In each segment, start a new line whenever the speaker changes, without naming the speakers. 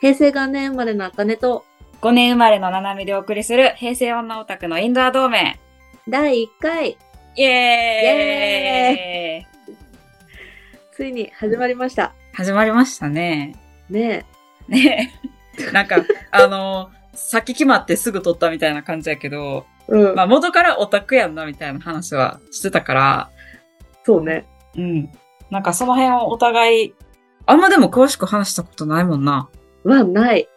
平成元年生まれのあかねと、
5年生まれのナナミでお送りする平成女オタクのインドア同盟。
第1回、
イエーイ
ついに始まりました。
始まりましたね。
ね
ねなんか、あのさっき決まってすぐ撮ったみたいな感じやけど、
え。うん。
まあ元からオタクやんなみたいな話はしてたから、
そうね。
うん。なんかその辺をお互い、あんまでも詳しく話したことないもんな。
は、ない。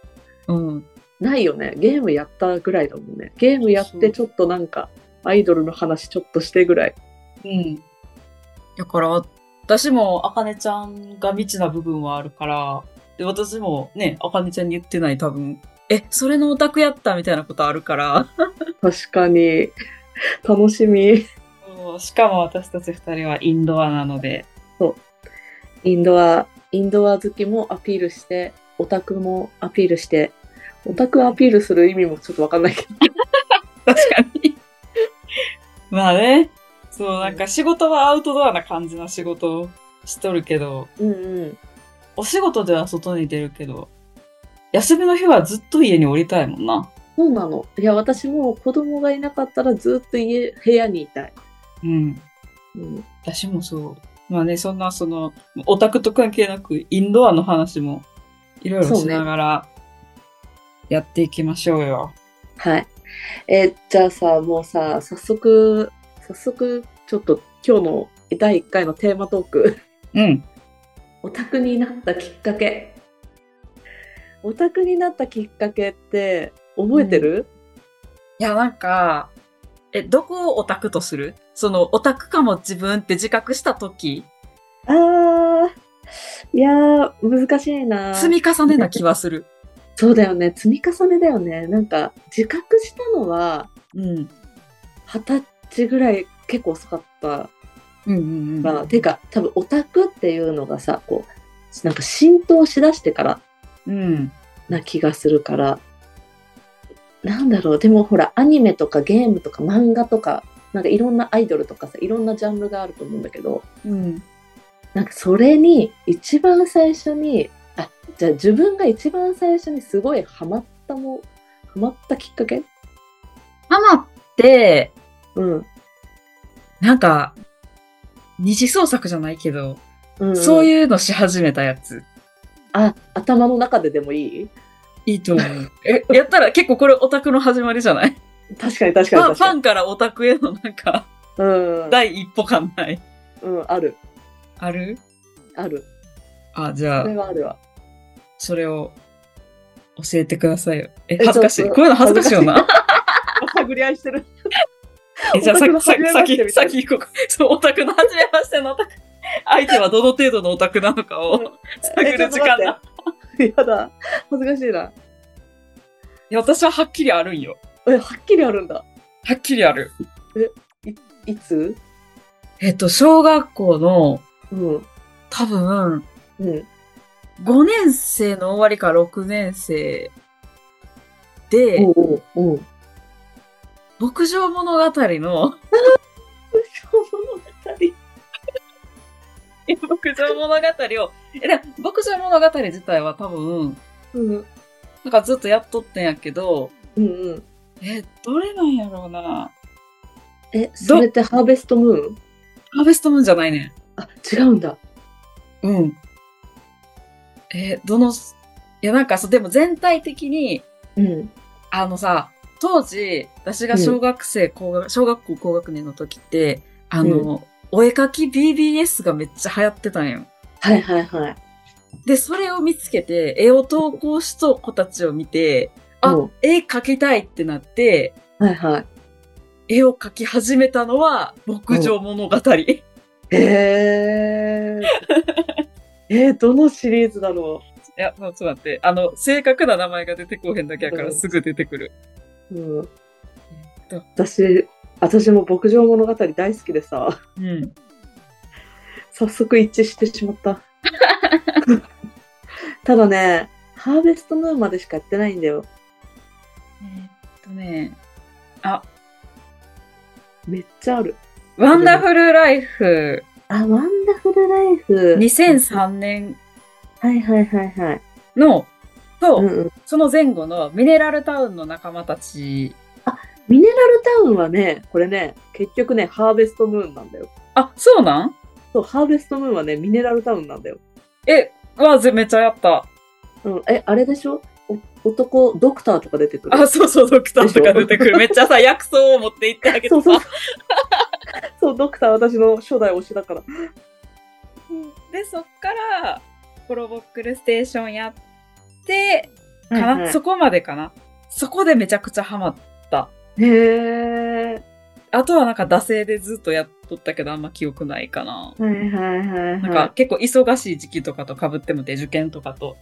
うん。
ないよね。ゲームやったぐらいだもんね。ゲームやってちょっとなんか、アイドルの話ちょっとしてぐらい。
うん。だから、私も、あかねちゃんが未知な部分はあるから、で、私もね、あかねちゃんに言ってない多分、え、それのオタクやったみたいなことあるから。
確かに、 楽しみ。
しかも私たち二人はインドアなので。
インドア、インドア好きもアピールして、オタクもアピールして、オタクアピールする意味もちょっとわかんないけど。
確かに。 まあね。そう、なんか仕事はアウトドアな感じな仕事をしとるけど、
うんうん。
お仕事では外に出るけど、休みの日はずっと家におりたいもんな。
そうなの。いや、私も子供がいなかったらずっと家、部屋にいたい。
うん。
うん、
私もそう。まあね、そんな、その、オタクと関係なく、インドアの話も、いろいろしながら、やっていきましょうよ。
はい。え、じゃあさ、もうさ、早速、早速、ちょっと今日の第1回のテーマトーク。
うん。
オタクになったきっかけ。オタクになったきっかけって、覚えてる、
いや、なんか、え、どこをオタクとするその、オタクかも自分って自覚した時、
あー、いやー、難しいな
積み重ねな気はする。
そうだよね。積み重ねだよね。なんか、自覚したのは、
うん。
二十歳ぐらい結構遅かった
うんうんうん。
まあ、てか多分オタクっていうのがさこうなんか浸透しだしてから
うん。
な気がするからなんだろうでもほらアニメとかゲームとか漫画とかなんかいろんなアイドルとかさいろんなジャンルがあると思うんだけど
うん。
なんかそれに一番最初にあじゃあ自分が一番最初にすごいハマったもハマったきっかけ
ハマって、
うん、
なんか、二次創作じゃないけど、
うん、
そう
う
いうのし始めたやつ。
あ頭の中ででもいい
いいと思う。え、やったら結構これオタクの始まりじゃない
確かに確
フ
かに
ァン
確
ファ
かに
ンからオタクへのなんか、
うん、
第一歩感ない。
うん、ある
ある
ある
あ、じゃ
それ
あ、
はあるわ
それを教えてくださいよ。え、
え
恥ずかしい。
ちょっと
こういうの恥ずかしいよな。
探り合いしてる。
えじゃあ、さ
オタクの
さ
初めましてみたいな
先、先行こう。そう、オタクの初めましてのオタク。相手はどの程度のオタクなのか
うん
を探
えちょっ
る時
と待っ
間
て
だ。
やだ。恥ずかしいな。
いや、私ははっきりあるんよ。
え、はっきりあるんだ。
はっきりある。
いつ
えっと、小学校の
うん。
多分、
うん。
5年生の終わりか6年生で、
おうお う。うん。
牧場物語の、 牧場物語を、え、でも牧場物語自体は多分、
うん。
なんかずっとやっとってんやけど、
うんうん。
え、どれなんやろうな。
え、それってハーベストムーン
ハーベストムーンじゃないね
あ、違うんだ。
ん。うん。え、どの、いやなんかそう、でも全体的に、
うん。
あのさ、当時、私が小学生、高学小学校高学年の時って、あの、お絵かき BBS がめっちゃ流行ってたんよ。
はいはいはい。
で、それを見つけて、絵を投稿しとう子たちを見て、あ
うん
絵描きたいってなって、
はいはい。
絵を描き始めたのは、牧場物語。 い
え ー。えー、どのシリーズだろ
や、ちょっと待って、あの、正確な名前が出てこうへんだけやか
う
ら、
ん
すぐ出てくる。
う。うん。
えっと
私、私も牧場物語大好きでさ、
うん。
早速一致してしま った。ただね、ハーベストムーンまでしかやってないんだよ。
えっとね、
めっちゃある。
ワンダフルライフ、
あ、ワンダフルライフ。
2003年
はいはいはいはい。
の、と、
うんうん、
その前後のミネラルタウンの仲間たち、
ミネラルタウンはね、これね、結局ね、ハーベストムーンなんだよ。
あ、そうなん
そう、ハーベストムーンはね、ミネラルタウンなんだよ。
え、わーぜめっちゃやった。
うん、え、あれでしょお男、ドクターとか出てくる。
あ、そうそう、ドクターとか出てくる。めっちゃさ、薬草を持って行ってあげて
そう
さ。
そう。 そう、ドクター私の初代推しだから。
で、そっから、コロボックルステーションやって、かな、
はいはい
そこまでかな。そこでめちゃくちゃハマっ
へえ。
あとはなんか、惰性でずっとやっとったけど、あんま記憶ないかな。
はいはいはい、はい。
なんか、、結構忙しい時期とかと被ってもて、受験とかと。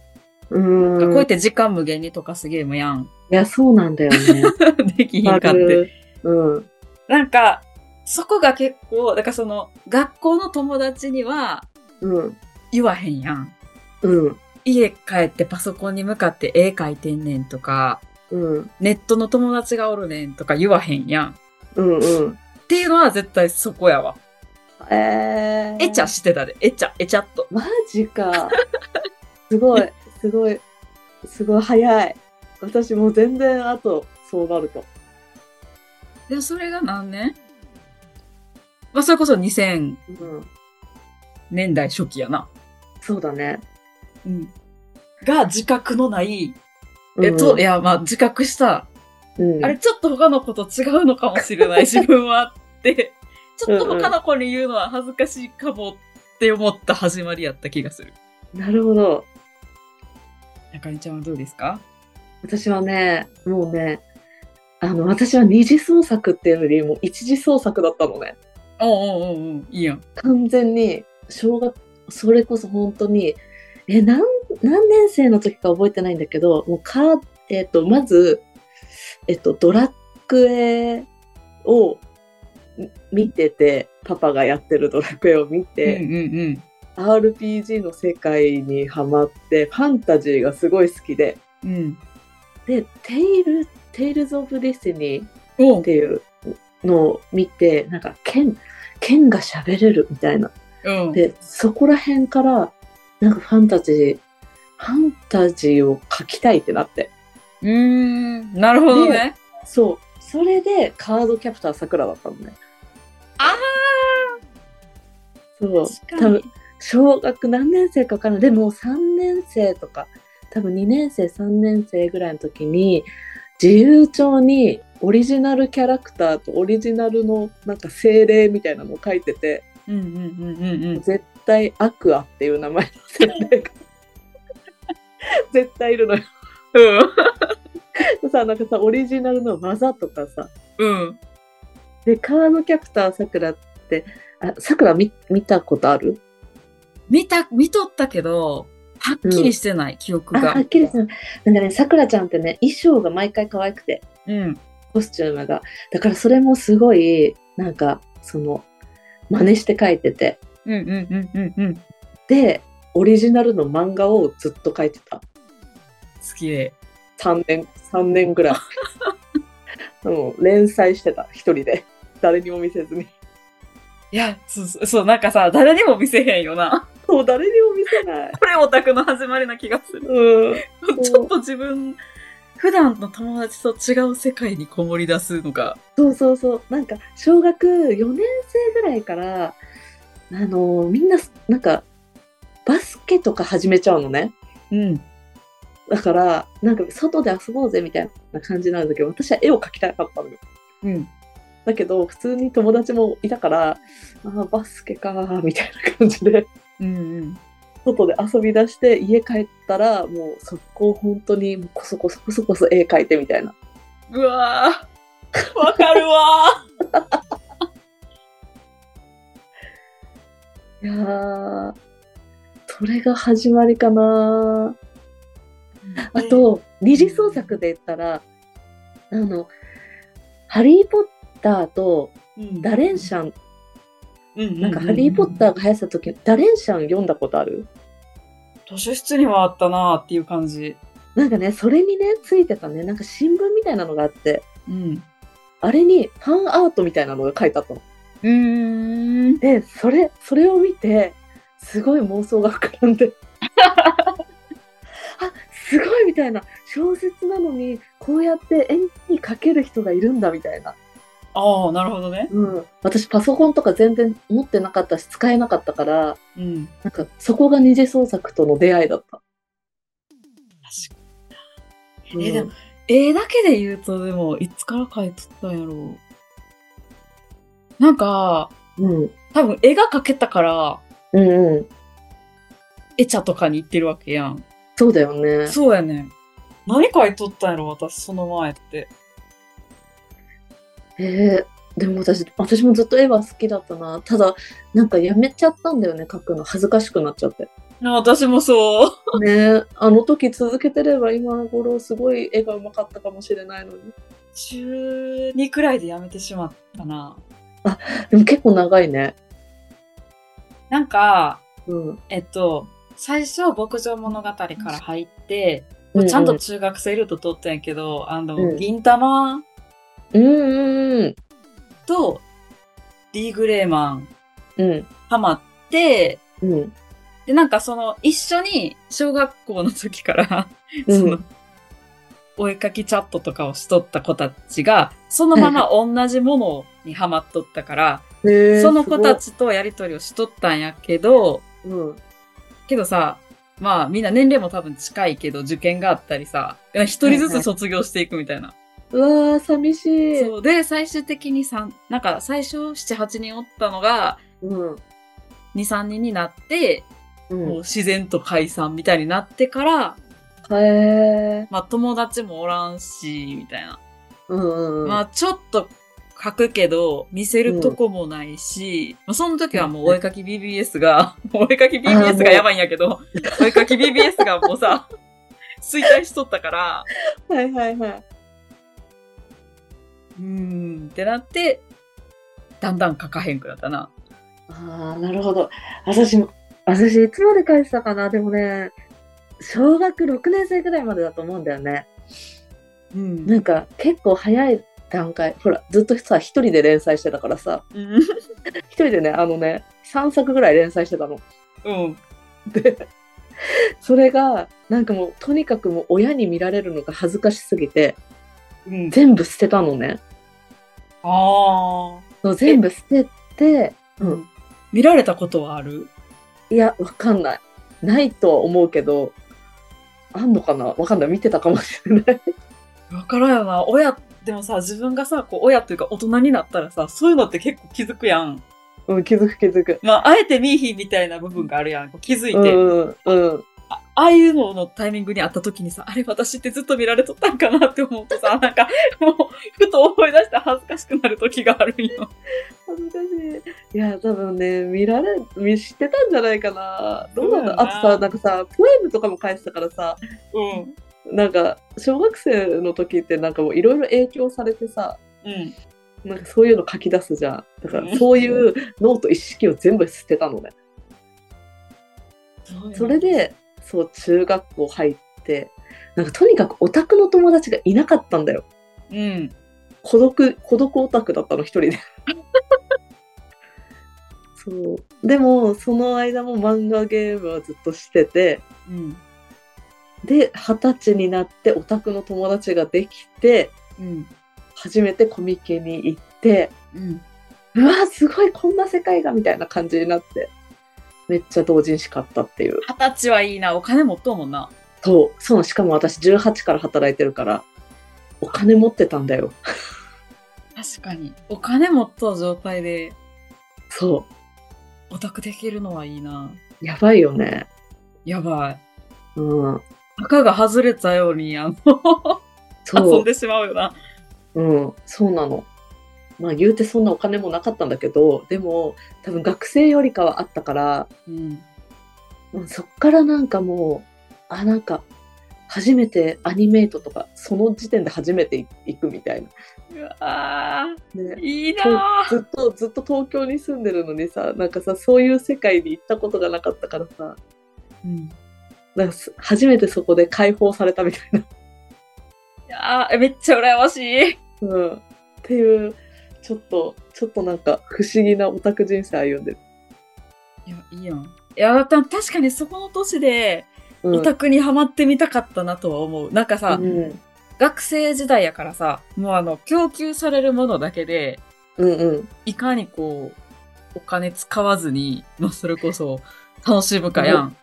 う
こうや
ー
っ
ん。い
て時間無限に溶かすゲームや ん。
や、そうなん だよね。
できひんかって。
る。うん。
なんか、そこが結構、だからその、学校の友達には
うん。
言わへんやん。
うん。
家帰ってパソコンに向かって絵描いてんねんとか、
うん。
ネットの友達がおるねんとか言わへんやん。っ
うん。うん。
ていうのは絶対そこやわ。
えー。
えちゃしてたで。えちゃ、えちゃっと。
マジか。すごい、すごい、すごい早い。私もう全然あと、そうなると。
で、それが何年まあ、それこそ2000
うん。
年代初期やな。
そうだね。
うん。が自覚のない、
うん
えっと、い、や、まあ、自覚した
うん、
あれ、ちょっと他の子と違うのかもしれ ない自分はあって、ちょっと他の子に言うのは恥ずかしいかもって思った始まりやった気がする。
なるほど。
中根ちゃんはどうですか
私はね、もうね、あの、私は二次創作っていうよりも一次創作だったのね。
おうんうんうんうん、いいやん。
完全に、小学、それこそ本当に、え、なん、何年生の時か覚えてないんだけど、もうか、えっ、と、まず、えっ、と、ドラッグエをみ見てて、パパがやってるドラクエを見
うんう
て、
んうん。
RPG の世界にハマって、ファンタジーがすごい好きで、
うん。
で、テイル、テイルズ・オブ・ディスティニー、
お
っ
う
ていうのを見てなんか剣剣が喋れるみたいな
うん。
でそこら辺からなんかファンタジーファンタジーを書きたいってなって
うーん、なるほどね。
そうそれでカードキャプターさくらだったのね
あ
そう多
確か
分
に。
小学何年生か分からないでも3年生とか多分2年生3年生ぐらいの時に自由帳にオリジナルキャラクターとオリジナルのなんか精霊みたいなのを書いてて
うんうんうんうんうん。
絶対アクアっていう名前の設 定が絶対いるのよ。さなんかさオリジナルの技とかさ
うん。うん。
でカードキャプターさくらってあさくら見見たことある
見た、見とったけど、はっきりしてない、記憶
あ
が
は。っきりさなんかねさくらちゃんってね衣装が毎回可愛くて
うん。
コスチュームがだからそれもすごいなんかその真似して描いてて
うんうんうんうんうん。好
でオリジナルの漫画をずっと描いてた。
きで。
3年3年ぐ らいうん連載してた一人で誰にも見せずに
いや、そうそう、そう、なんかさ、誰にも見せへんよな。
そう誰にも見せ ない
これオタクの始まりな気がする。
うんう
ちょっと自分、普段の友達と違う世界にこもり出すのが。
そうそうそうなんか小学4年生ぐらいからあのみんななんかバスケとか始めちゃうのね
うん。
だからなんか外で遊ぼうぜみたいな感じなんだけど私は絵を描きたかったのよ
うん。
だけど普通に友達もいたからあーバスケかーみたいな感じで
うんうん。
外で遊び出して家帰ったらもう速攻本当にもうこそこそこそこそ絵描いてみたいな
うわぁ。わかるわ
いやーそれが始まりかな
ぁ。
あ、と二次創作で言ったらあの「ハリー・ポッター」と「ダレンシャン」
うん。
なんか「ハリー・ポッター」が流行った時「ダレンシャン」読んだことある
図書室にはあったなぁっていう感じ。
なんかねそれにねついてたねなんか新聞みたいなのがあって
うん。
あれにファンアートみたいなのが書いてあったの。
うー ん。
でそれそれを見てすごい妄想が膨らんであすすごいみたいな小説なのにこうやって絵に描ける人がいるんだみたいな、
ああ、なるほどね。
うん、私パソコンとか全然持ってなかったし使えなかったから
うん。
なんかそこが二次創作との出会いだった。
かにえでも絵だけで言うと、でも、いつから描いてたんやろう。なんか、
うん、うん
多分絵が描けたから、
うんうん
エチャとかに行ってるわけやん。
そうだよね
そうやねん。何描いとったんやろ、私、その前って。
えー、でも私私もずっと絵は好きだったなただなんかやめちゃったんだよね描くの恥ずかしくなっちゃ って
私もそう。
ねえあの時続けてれば今の頃すごい絵がうまかったかもしれないのに
中2くらいでやめてしまったな。
でも結構長いね
なんか、
うん
えっと、最初、牧場物語から入って、ちゃんと中学生ルート通ったんやけど、あの、
うん
銀
う
玉
んうんうん
と、D グレーマン、
うん
ハマって、
うん
で、なんかその、一緒に、小学校の時から、
うん
その、お絵かきチャットとかをしとった子たちが、その まま同じものにハマっとったから、
へー
その子たちとやりとりをしとったんやけど、
すごいうん
けどさ、まあみんな年齢も多分近いけど受験があったりさ、一人ずつ卒業していくみたいな。
うわー寂しい
そうで、最終的に3、なんか最初7、8人おったのが
うん
2、3人になって、
うん
もう自然と解散みたいになってから、
へえ
まあ友達もおらんし、みたいな。
うんうん
まあちょっと書くけど、見せるとこもないし、まあその時はもうお絵かき BBS が、 お絵かき BBS がやばいんやけ ど、お絵かき BBS がもうさ、 衰退しとったから、
はいはいはいう
ーんってなって、だんだん書かへんくなったな。
ああなるほど私も私いつまで書いてたかなでもね小学6年生ぐらいまでだと思うんだよね
うん
なんか結構早い段階ほらずっとさ一人で連載してたからさ
うん。
一人でねあのね3作ぐらい連載してたの
うん。
でそれがなんかもうとにかくもう親に見られるのが恥ずかしすぎて
うん、
全部捨てたのね
ああ。
そう全部捨てて
うん。見られたことはある
いやわかんないないとは思うけどあんのかなわかんない見てたかもしれない
わからんよな。親、でもさ、自分がさ、こう、親というか大人になったらさ、そういうのって結構気づくやん。
うん気づく気づく
まあ、あえて見いひんみたいな部分があるやん。こう気づいて、
うんうん
あ。ああいうののタイミングにあった時にさ、あれ私ってずっと見られとったんかなって思うと さ、なんか、もう、ふと思い出して恥ずかしくなる時があるんよ。
恥ずかしいいや多分ね見られ見知ってたんじゃないかなどうなんだ
そうだよ
あ
な
とさなんかさポエムとかも書いてたからさ
うん。
なんか小学生の時ってなんかもういろいろ影響されてさ
うん。
なんかそういうの書き出すじゃんだか
うん
らそういうノート一式を全部捨てたのねそれでそう中学校入ってなんかとにかくオタクの友達がいなかったんだよ
うん。
孤独孤独オタクだったの一人で そうでもその間も漫画ゲームはずっとしてて
うん。
で二十歳になってオタクの友達ができて
うん。
初めてコミケに行って
うん。
うわすごいこんな世界がみたいな感じになってめっちゃ同人誌買ったっていう
二十歳はいいな。お金持っとうもんな。
そうそうしかも私18から働いてるからお金持ってたんだよ
確かに。お金持っとう状態で
そ
オタクできるのはいいな。
うやばいよね
やばい。
うん
赤が外れたように、あの、
そ
遊
うん
でしまうよな。
うん、そうなの。まあ言うてそんなお金もなかったんだけどでも多分学生よりかはあったから、
うん。
うん、そっからなんかもうあなんか初めてアニメイトとかその時点で初めて行くみたいな、
うわー
ね、
いいな
ずっとずっと東京に住んでるのにさなんかさそういう世界に行ったことがなかったからさ
うん。
なんかす初めてそこで解放されたみたいな、
いやーめっちゃ羨ましい。
うん、っていうちょっとちょっとなんか不思議なオタク人生歩んでる。
いや、いいやん。いや、た確かにそこの年で、
うん
オタクにはまってみたかったなとは思う。なんかさ、
うん
学生時代やからさ、もうあの、供給されるものだけで、
うんうん
いかにこう、お金使わずに、まあ、それこそ、楽しむかやん。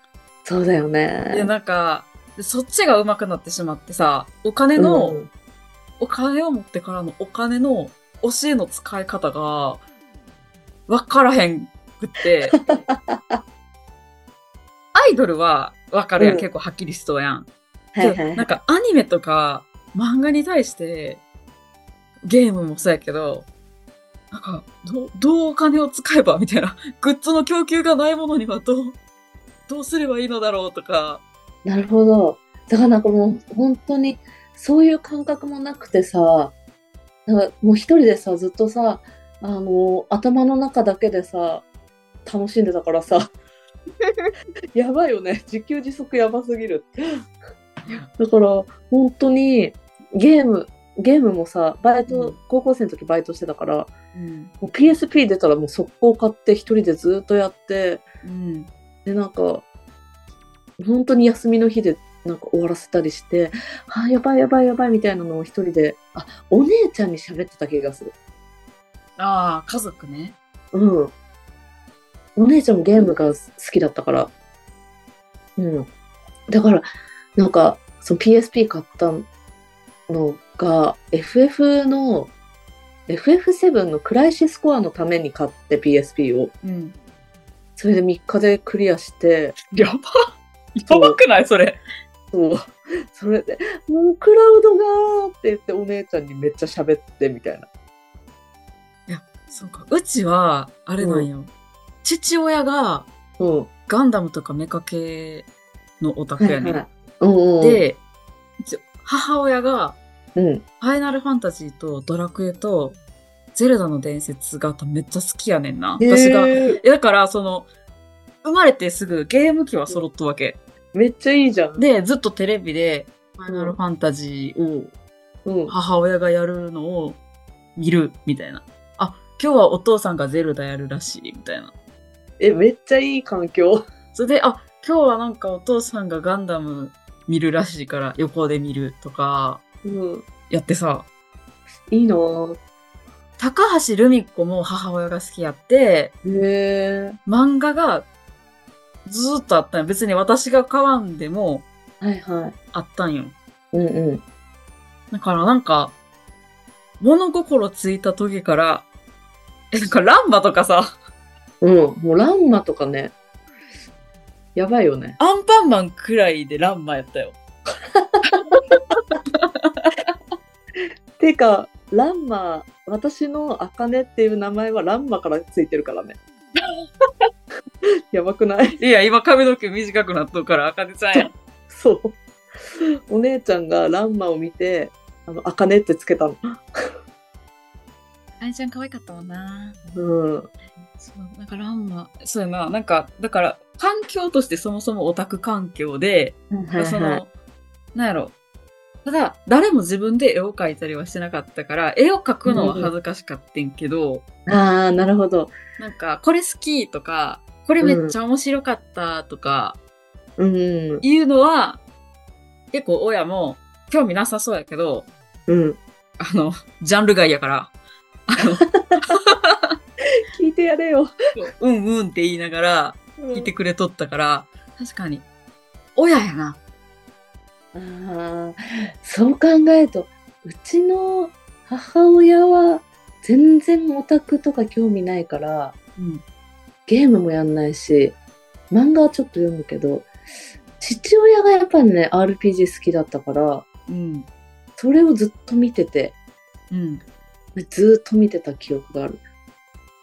そうだよ
で、
ね
なんか、そっちが上手くなってしまってさ、お金の、
うん
お金を持ってからのお金の教えの使い方が、わからへんく って。アイドルはわかるやん、
うん
結構はっきりしそうやん。
はい
けど
は
な
い
んかアニメとか漫画に対して、ゲームもそうやけど、なんか、どう、どうお金を使えばみたいな、グッズの供給がないものにはどう、どうすればいいのだろうとか、
なるほどだからなんかもう本当にそういう感覚もなくてさなんかもう一人でさずっとさあの頭の中だけでさ楽しんでたからさ やばいよね自給自足やばすぎるだから本当にゲームゲームもさバイト、
うん
高校生の時バイトしてたから
うん、
もう PSP 出たらもう速攻買って一人でずっとやって
うん、
でなんか本当に休みの日でなんか終わらせたりして「あーやばいやばいやばい」みたいなのを一人であお姉ちゃんに喋ってた気がする
ああ、家族ね。
うんお姉ちゃんもゲームが好きだったからうんだからなんかその PSP 買ったのが FF の FF7 のクライシスコアのために買って PSP を
うん。
それで3日でクリアして
やばやばくないそれ。
そう。 それで、もうクラウドがーって言ってお姉ちゃんにめっちゃ喋ってみたいな。
そうか。うちは、あれなんよ。父親が
うん。
ガンダムとかメカ系のオタク
は
や
い
ねん。
はい。うんうんうん。、
で、うち母親が
うん。
ファイナルファンタジーとドラクエとゼルダの伝説がめっちゃ好きやねんな。私が。い
えー
やだから、その、生まれてすぐゲーム機は揃ったわけ。
めっちゃいいじゃん。
で、ずっとテレビでファイナルファンタジーを
うん。
母親がやるのを見るみたいな。あ、今日はお父さんがゼルダやるらしいみたいな。
え、めっちゃいい環境。
それで、あ、今日はなんかお父さんがガンダム見るらしいから横で見るとか
うん。
やってさ、
いいなぁ。
高橋留美子も母親が好きやって、
へえ
漫画がずーっとあったんよ。別に私が買わんでも
ー。はいはい。
あったんよ。
うんうん。
だからなんか、物心ついた時から、え、なんかランバとかさ、
うん。もうランマとかね。やばいよね。
アンパンマンくらいでランマやったよ。
ていうか、ランマ、私のあかねっていう名前はランマからついてるから ね。やばくない
いや、今髪の毛短くなっとうから、あかねちゃんや。
そう。お姉ちゃんがランマを見て、あの、あかねってつけたの。
あかねちゃん可愛かったもんな。
うん。
そう、なんかランマ。そうやな、なんか、だから、環境としてそもそもオタク環境で、
はい
そ
はい
の、なんやろ。ただ、誰も自分で絵を描いたりはしてなかったから、絵を描くのは恥ずかしかってんけど、
ああ、なるほど。
なんか、これ好きとか、これめっちゃ面白かったとか、
うん。
いうのは、結構親も興味なさそうやけど、
うん。
あの、ジャンル外やから、あの、
聞いてやれよ。
うんうんって言いながら、聞いてくれとったから、確かに、親やな。
うんああ、そう考えると、うちの母親は全然オタクとか興味ないから、
うん。
ゲームもやんないし、漫画はちょっと読むけど、父親がやっぱりね、RPG 好きだったから、
うん。
それをずっと見てて、
うん。
ずーっと見てた記憶がある。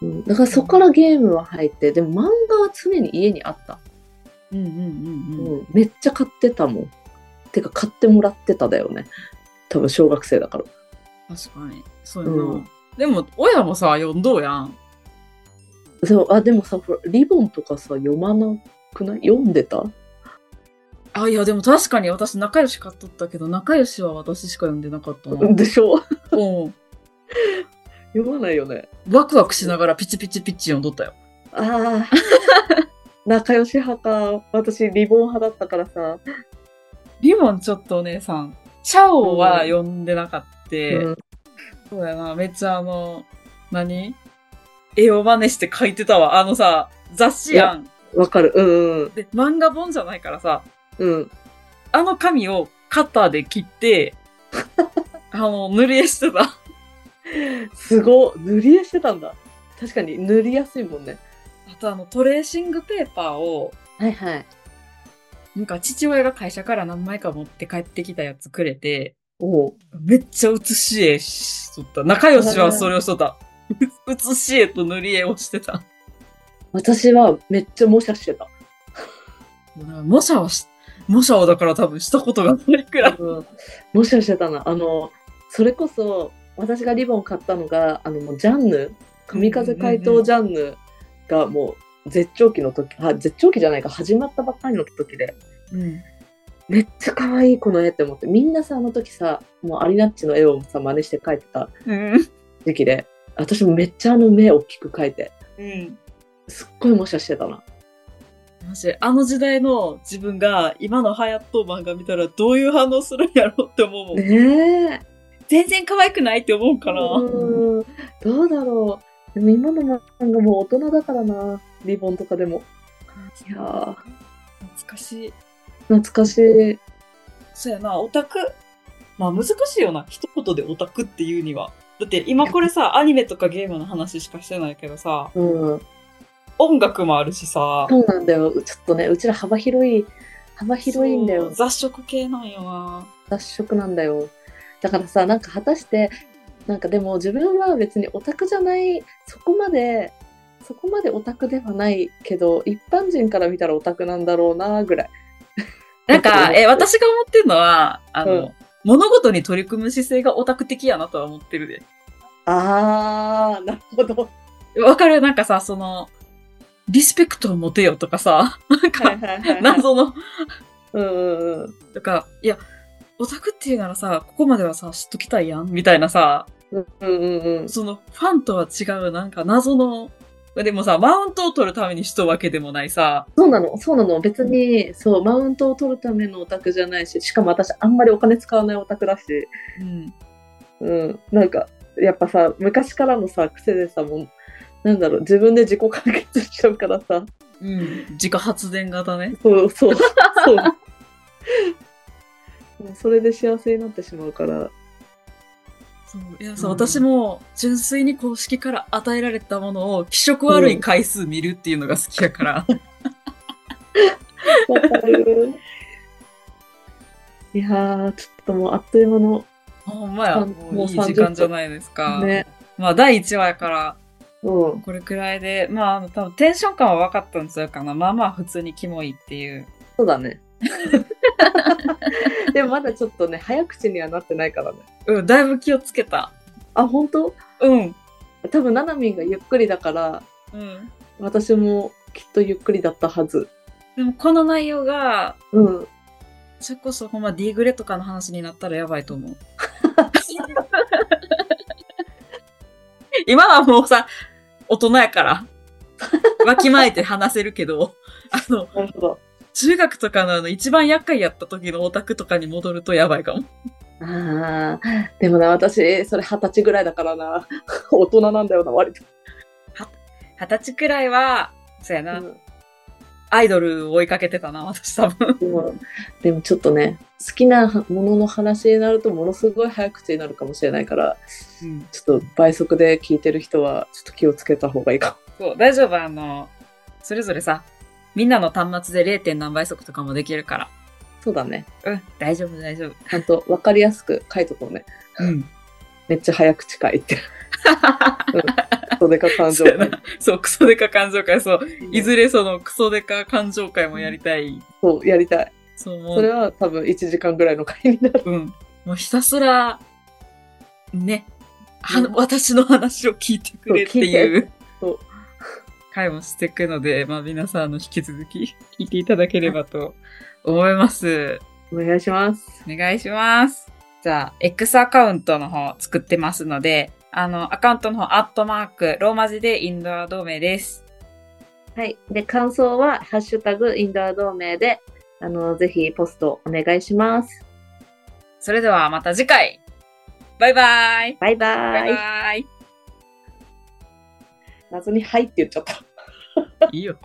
うん、だからそこからゲームは入って、でも漫画は常に家にあった。
うんうんうんう
う
ん。
ん、めっちゃ買ってたもん。てか買ってもらってただよね。多分小学生だから。
確かに。そうやな。
うん
でも、親もさ、読んどうやん。
そうあでもさほらリボンとかさ読まなくない読んでた
あ、いや、でも確かに私、仲良し買っとったけど、仲良しは私しか読んでなかったな。
でしょ
うん。
読まないよね。
ワクワクしながらピチピチピチ読んどったよ。
ああ。仲良し派か。私、リボン派だったからさ。
リボンちょっとお姉さん。シャオは呼んでなかった。
うん
そうだよな、めっちゃあの、何絵を真似して描いてたわ。あのさ、雑誌やん。
わかる。うん
で、漫画本じゃないからさ、
うん。うん。
あの紙をカッターで切 って、あの、塗り絵してた。
すごっ。塗り絵してたんだ。確かに塗りやすいもんね。
あとあの、トレーシングペーパーを、
はいはい。
なんか父親が会社から何枚か持って帰ってきたやつくれて、
おう
めっちゃ写し絵しとった。仲良しはそれをしとった。写し絵と塗り絵をしてた。
私はめっちゃ模写してた。
模写はし、模写をだから多分したことがないくらい。
うん、模写してたな。あの、それこそ、私がリボン買ったのが、あの、もうジャンヌ、神風怪盗ジャンヌがもう絶頂期の時、あ、絶頂期じゃないか、始まったばっかりの時で、
うん。
めっちゃ可愛いこの絵って思って、みんなさ、あの時さ、もうアリナッチの絵をさ、真似して描いてた
うん。
時期で、私もめっちゃあの目大きく描いて、
うん。
すっごい模写してたな。
マジあの時代の自分が今の流行っとう漫画見たらどういう反応するんやろうって思うもん。
ねえ。
全然可愛くないって思うから。
うんどうだろう。でも今の漫画もう大人だからな、リボンとかでも。いやー
懐かしい。
懐かしい。
そうやな、オタク。まあ難しいよな、一言でオタクっていうには。だって今これさ、アニメとかゲームの話しかしてないけどさ、
うん。
音楽もあるしさ、
そうなんだよ。ちょっとね、うちら幅広い、幅広いんだ
そ
よ
う。雑食系なんよな。
雑食なんだよ。だからさ、なんか果たして、なんかでも自分は別にオタクじゃない、そこまで、そこまでオタクではないけど、一般人から見たらオタクなんだろうな、ぐらい。
なんか、え、
うん
私が思ってるのは、あの、
うん
物事に取り組む姿勢がオタク的やなとは思ってるで。
あー、なるほど。
わかるなんかさ、その、リスペクトを持てよとかさ、 なん
はい
か、
はいはい、はい。
謎の、
うんうんうん。
とか、いや、オタクっていうならさ、ここまではさ、知っときたいやんみたいなさ、
うんうんうん。
その、ファンとは違う、なんか謎の、でもさ、マウントを取るためにしとうわけでもないさ、
そうなの、そうなの。別に、そう、マウントを取るためのオタクじゃないし、しかも私、あんまりお金使わないオタクだし、
うん。
うん、なんか、やっぱさ、昔からのさ、癖でさ、もう、なんだろう、自分で自己完結しちゃうからさ、
うん。自家発電型ね。
そうそう、そう。 もうそれで幸せになってしまうから、
そう。いやさ、
うん
私も、純粋に公式から与えられたものを、気色悪い回数見るっていうのが好き やから。
わかる。いやー、ちょっともう、あっという間の、
ほんまや、
さん
もう
も
いうい時間じゃないですか。
ね、
まあ、第1話やから、
うん、
これくらいで、まああの、多分テンション感は分かったんちゃうかな。まあまあ、普通にキモいっていう。
そうだね。 でもまだちょっとね、早口にはなってないからね。
うん、だいぶ気をつけた。
あ、本当
うん。
多分、ななみんがゆっくりだから、
うん。
私もきっとゆっくりだったはず。
でも、この内容が、
うん。
それこそほんま D グレとかの話になったらやばいと思う。 今はもうさ、大人やから、わきまえて話せるけど、あの、
なるほど。
中学とかのあの一番厄介やった時のオタクとかに戻るとやばいかも。
ああ、でもな、私、それ二十歳ぐらいだからな。 大人なんだよな、割と。
二十歳くらいは、そうやな、
うん
アイドルを追いかけてたな、私多分。
でも、でもちょっとね、好きなものの話になると、ものすごい早口になるかもしれないから、ちょっと倍速で聞いてる人は、ちょっと気をつけた方がいいか
そう、大丈夫、あの、それぞれさ、みんなの端末で 0. 点何倍速とかもできるか
も。 そうだね。
ら。うん、大丈夫、大丈夫。
ちゃんと分かりやすく書いとこうね。
うん。
めっちゃ早口書いて。 袖か感情
そうやなそう、クソデカ感情会、そう。いずれそのクソデカ感情会もやりたい。
そう、やりたい。
そう、も
それ
う、
は多分1時間ぐらいの回になる。
うん。もうひたすら、ね、は
うん
私の話を聞いてくれっていう
そう聞いてそ
会もしていくので、まあ皆さんあの引き続き聞いていただければと思います。
お願いします。
お願いします。じゃあ、X アカウントの方作ってますので、あの、アカウントの方、アットマーク、ローマ字でインドア同盟です。
はい。で、感想は、ハッシュタグ、インドア同盟で、あの、ぜひポストお願いします。
それではまた次回バイバイ
バイバ
バ
イ。
イバイ
謎に、はいって言っちゃった。
いいよ